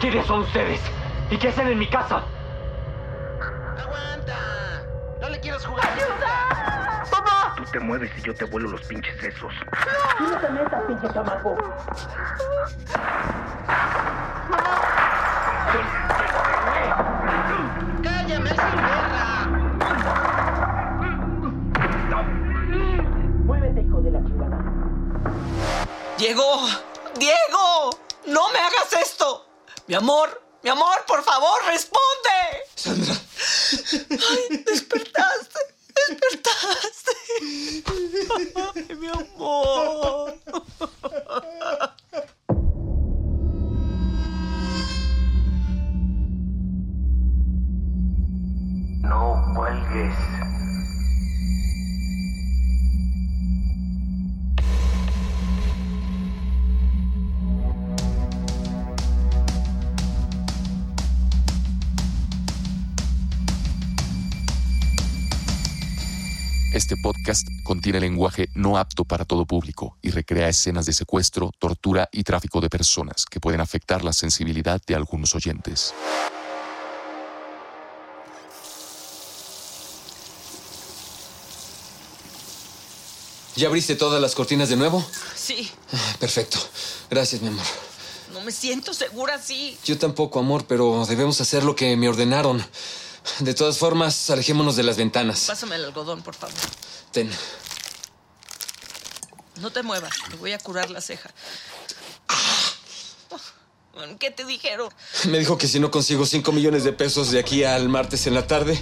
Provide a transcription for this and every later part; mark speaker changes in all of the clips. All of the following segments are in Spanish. Speaker 1: ¿Quiénes son ustedes? ¿Y qué hacen en mi casa?
Speaker 2: ¡Aguanta! ¡No le quieras jugar!
Speaker 3: Tú te mueves y yo te vuelo los pinches sesos.
Speaker 2: ¡Cállame, sin guerra!
Speaker 4: ¡Diego! ¡Diego! ¡No me hagas esto! ¡Mi amor! ¡Mi amor, por favor, responde! Sandra. ¡Ay, despertaste! ¡Despertaste! ¡Ay, mi amor!
Speaker 3: No cuelgues.
Speaker 5: Este podcast contiene lenguaje no apto para todo público y recrea escenas de secuestro, tortura y tráfico de personas que pueden afectar la sensibilidad de algunos oyentes.
Speaker 6: ¿Ya abriste todas las cortinas de nuevo?
Speaker 4: Sí,
Speaker 6: Ah, Perfecto. Gracias, mi amor.
Speaker 4: no me siento segura así.
Speaker 6: Yo tampoco, amor, pero debemos hacer lo que me ordenaron. De todas formas, alejémonos de las ventanas.
Speaker 4: Pásame el algodón, por favor.
Speaker 6: Ten.
Speaker 4: No te muevas, te voy a curar la ceja. Bueno, ¿Qué te dijeron?
Speaker 6: Me dijo que si no consigo 5 millones de pesos de aquí al martes en la tarde,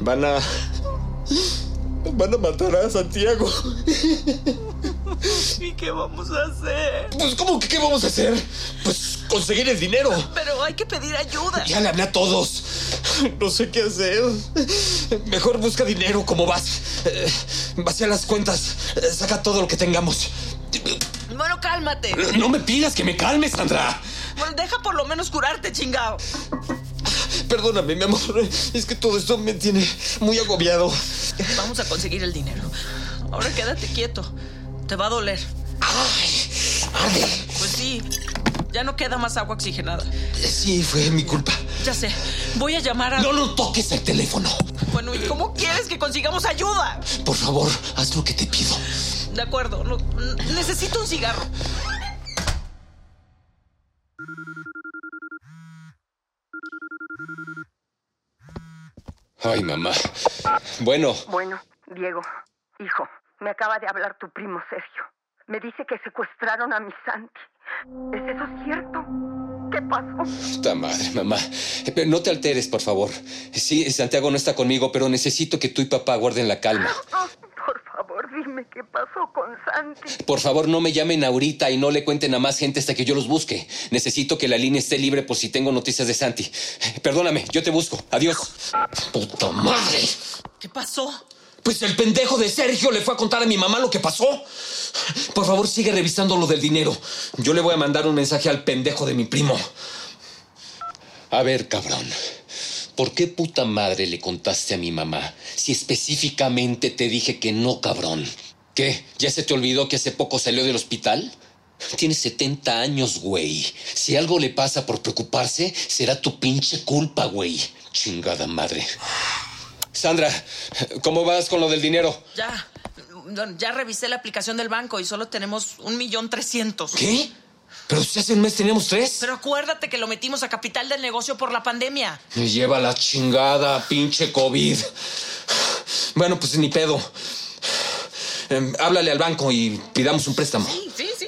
Speaker 6: van a. Van a matar a Santiago.
Speaker 4: ¿Y qué vamos a hacer?
Speaker 6: Pues, ¿cómo que qué vamos a hacer? Pues conseguir el dinero.
Speaker 4: Pero hay que pedir ayuda.
Speaker 6: Ya le hablé a todos. No sé qué hacer. Mejor busca dinero como vas. Eh, Vacía las cuentas. Eh, Saca todo lo que tengamos.
Speaker 4: Bueno, cálmate.
Speaker 6: No me pidas que me calmes, Sandra.
Speaker 4: Bueno, deja por lo menos curarte, chingao.
Speaker 6: Perdóname, mi amor. Es que todo esto me tiene muy agobiado.
Speaker 4: Vamos a conseguir el dinero. Ahora quédate quieto. Te va a doler.
Speaker 6: Ay, arde.
Speaker 4: Pues sí, ya no queda más agua oxigenada.
Speaker 6: Sí, fue mi culpa.
Speaker 4: Ya sé, voy a llamar a...
Speaker 6: No lo toques el teléfono.
Speaker 4: Bueno, ¿y cómo quieres que consigamos ayuda?
Speaker 6: Por favor, haz lo que te pido.
Speaker 4: De acuerdo, no- n- necesito un cigarro.
Speaker 6: Ay, mamá. Bueno,
Speaker 7: Bueno, Diego, hijo, me acaba de hablar tu primo Sergio. Me dice que secuestraron a mi Santi. ¿Es eso cierto? ¿Qué pasó?
Speaker 6: puta madre, mamá. Pero No te alteres, por favor. Sí, Santiago no está conmigo, pero necesito que tú y papá guarden la calma.
Speaker 7: Oh, por favor, dime qué pasó con Santi.
Speaker 6: Por favor, no me llamen ahorita y no le cuenten a más gente hasta que yo los busque. Necesito que la línea esté libre por si tengo noticias de Santi. Perdóname, yo te busco. Adiós. ¡Puta madre!
Speaker 4: ¿Qué pasó?
Speaker 6: Pues el pendejo de Sergio le fue a contar a mi mamá lo que pasó. Por favor, sigue revisando lo del dinero. Yo le voy a mandar un mensaje al pendejo de mi primo. A ver, cabrón. ¿Por qué puta madre le contaste a mi mamá si específicamente te dije que no, cabrón? ¿Qué? ¿Ya se te olvidó que hace poco salió del hospital? Tienes 70 años, güey. Si algo le pasa por preocuparse, será tu pinche culpa, güey. Chingada madre. Sandra, ¿cómo vas con lo del dinero?
Speaker 4: Ya, bueno, ya revisé la aplicación del banco y solo tenemos un millón trescientos.
Speaker 6: ¿Qué? Pero si hace un mes teníamos tres.
Speaker 4: Pero acuérdate que lo metimos a capital del negocio por la pandemia.
Speaker 6: Me lleva la chingada, pinche COVID. Bueno, pues ni pedo. Em, háblale al banco y pidamos un préstamo.
Speaker 4: Sí, sí, sí.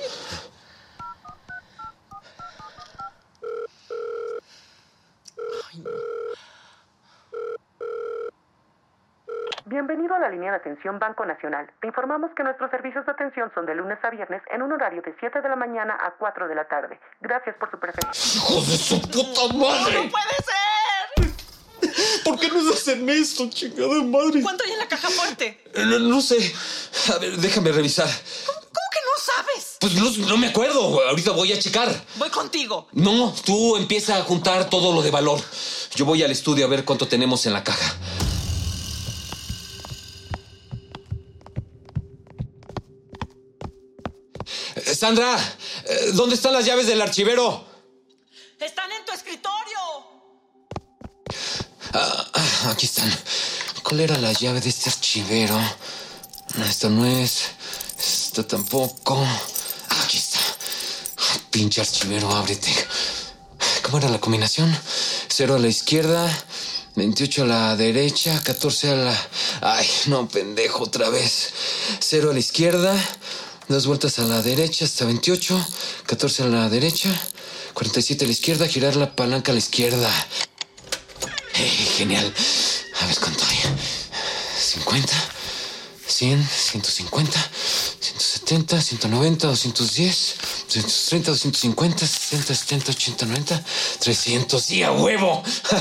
Speaker 7: Bienvenido a la línea de atención Banco Nacional. Te informamos que nuestros servicios de atención son de lunes a viernes en un horario de 7 de la mañana a 4 de la tarde. Gracias por su preferencia.
Speaker 6: ¡Hijos de su puta
Speaker 4: ¡No
Speaker 6: madre!
Speaker 4: puede ser!
Speaker 6: ¿Por qué nos hacen esto, chingada madre?
Speaker 4: ¿Cuánto hay en la caja fuerte?
Speaker 6: No, no sé. A ver, déjame revisar.
Speaker 4: ¿Cómo que no sabes?
Speaker 6: Pues no, no me acuerdo. Ahorita voy a checar.
Speaker 4: Voy contigo.
Speaker 6: No, tú empieza a juntar todo lo de valor. Yo voy al estudio a ver cuánto tenemos en la caja. Eh, Sandra, eh, ¿dónde están las llaves del archivero?
Speaker 4: Están en tu
Speaker 6: Ah, Aquí están. ¿Cuál era la llave de este archivero? No, Esta no es. Esta tampoco. Ah, Aquí está. Pinche archivero, ábrete. ¿Cómo era la combinación? Cero a la izquierda, 28 a la derecha, 14 a la... Ay, no, pendejo, otra vez. Cero a la izquierda, dos vueltas a la derecha hasta 28, 14 a la derecha, 47 a la izquierda, girar la palanca a la izquierda. Hey, Eh, genial. A ver cuánto hay. 50, 100, 150, 170, 190, 210, 230, 250, 60, 70, 80, 90, 300. ¡Y a huevo! Ja,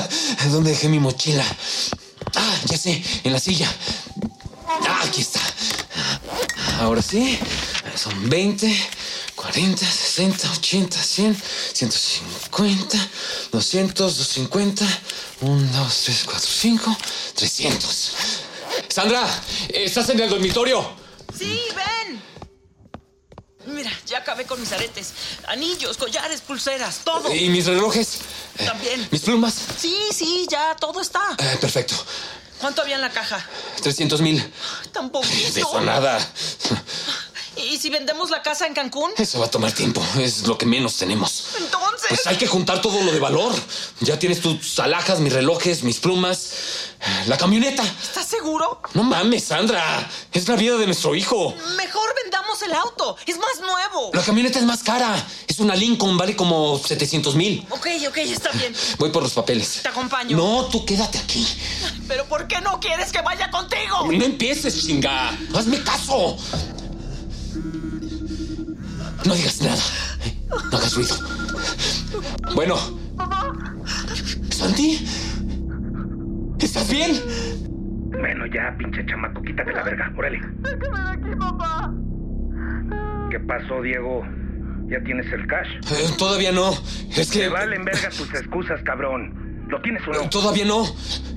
Speaker 6: ¿Dónde dejé mi mochila? Ah, ya sé, en la silla. Ah, aquí está. Ahora sí, son 20, 40, 60, 80, 100, 150, 200, 250, 1, 2, 3, 4, 5, 300. Sandra, ¿estás en el dormitorio?
Speaker 4: Sí, ven. Mira, ya acabé con mis aretes, anillos, collares, pulseras, todo.
Speaker 6: ¿Y mis relojes? Eh,
Speaker 4: También.
Speaker 6: ¿Mis plumas?
Speaker 4: Sí, sí, ya todo está.
Speaker 6: Eh, perfecto.
Speaker 4: ¿Cuánto había en la caja?
Speaker 6: 300 mil.
Speaker 4: Tan poquito.
Speaker 6: De eso nada.
Speaker 4: ¿Y si vendemos la casa en Cancún?
Speaker 6: Eso va a tomar tiempo. Es lo que menos tenemos.
Speaker 4: Entonces.
Speaker 6: Pues hay que juntar todo lo de valor. Ya tienes tus alhajas, mis relojes, mis plumas, eh, la camioneta.
Speaker 4: ¿Estás seguro?
Speaker 6: No mames, Sandra. Es la vida de nuestro hijo.
Speaker 4: Mejor vendamos el auto. Es más nuevo.
Speaker 6: La camioneta es más cara. Es una Lincoln, vale como 700 mil.
Speaker 4: Ok, ok, está bien.
Speaker 6: Voy por los papeles.
Speaker 4: Te acompaño.
Speaker 6: No, tú quédate aquí.
Speaker 4: ¿Pero por qué no quieres que vaya contigo?
Speaker 6: No empieces, chinga. Hazme caso. No digas nada. No hagas ruido. Bueno. ¿Santi? ¿Estás bien?
Speaker 3: Bueno, ya, pinche chamaco, quítate la verga. Órale. ¿Qué pasó, Diego? ¿Ya tienes el cash?
Speaker 6: Eh, todavía no. Es que.
Speaker 3: Te valen verga tus excusas, cabrón. ¿Lo tienes o no?
Speaker 6: Eh, Todavía no.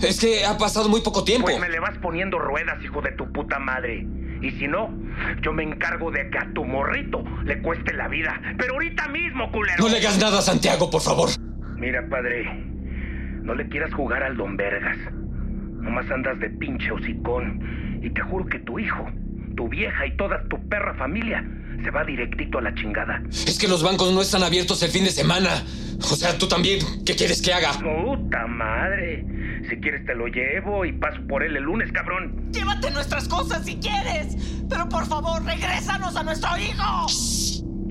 Speaker 6: Es que ha pasado muy poco tiempo.
Speaker 3: Pues me le vas poniendo ruedas, hijo de tu puta madre. Y si no, yo me encargo de que a tu morrito le cueste la vida. Pero ahorita mismo, culero.
Speaker 6: No le hagas nada a Santiago, por favor.
Speaker 3: Mira, padre, no le quieras jugar al don Vergas. Nomás andas de pinche hocicón. Y te juro que tu hijo, tu vieja y toda tu perra familia se va directito a la chingada.
Speaker 6: Es que los bancos no están abiertos el fin de semana. O sea, tú también. ¿Qué quieres que haga?
Speaker 3: ¡Puta madre! Si quieres te lo llevo y paso por él el lunes, cabrón.
Speaker 4: Llévate nuestras cosas si quieres. Pero por favor, regrésanos a nuestro hijo.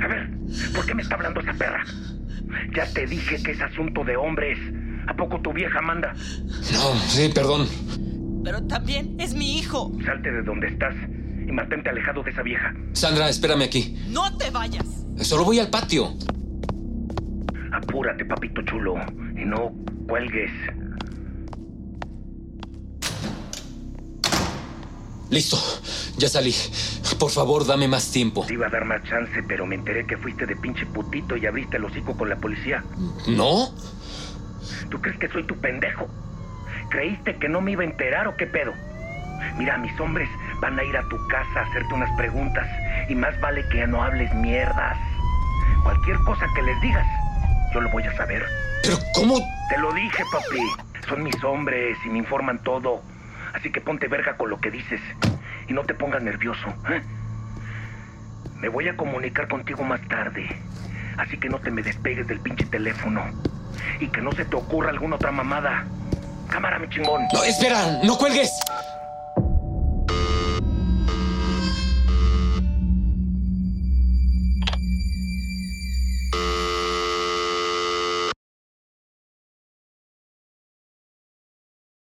Speaker 3: A ver, ¿por qué me está hablando esa perra? Ya te dije que es asunto de hombres. ¿A poco tu vieja manda?
Speaker 6: No, sí, perdón.
Speaker 4: Pero también es mi hijo.
Speaker 3: Salte de donde estás y mantente alejado de esa vieja.
Speaker 6: Sandra, espérame aquí.
Speaker 4: No te vayas.
Speaker 6: Solo voy al patio.
Speaker 3: Apúrate, papito chulo, y no cuelgues.
Speaker 6: Listo, ya salí. Por favor, dame más tiempo.
Speaker 3: Te iba a dar más chance, pero me enteré que fuiste de pinche putito y abriste el hocico con la policía.
Speaker 6: ¿No?
Speaker 3: ¿Tú crees que soy tu pendejo? ¿Creíste que no me iba a enterar o qué pedo? Mira, mis hombres van a ir a tu casa a hacerte unas preguntas y más vale que ya no hables mierdas. Cualquier cosa que les digas, yo lo voy a saber.
Speaker 6: ¿Pero cómo?
Speaker 3: Te lo dije, papi. Son mis hombres y me informan todo. Así que ponte verga con lo que dices y no te pongas nervioso. ¿eh? Me voy a comunicar contigo más tarde. Así que no te me despegues del pinche teléfono. Y que no se te ocurra alguna otra mamada. Cámara, mi chingón.
Speaker 6: No, espera, no cuelgues.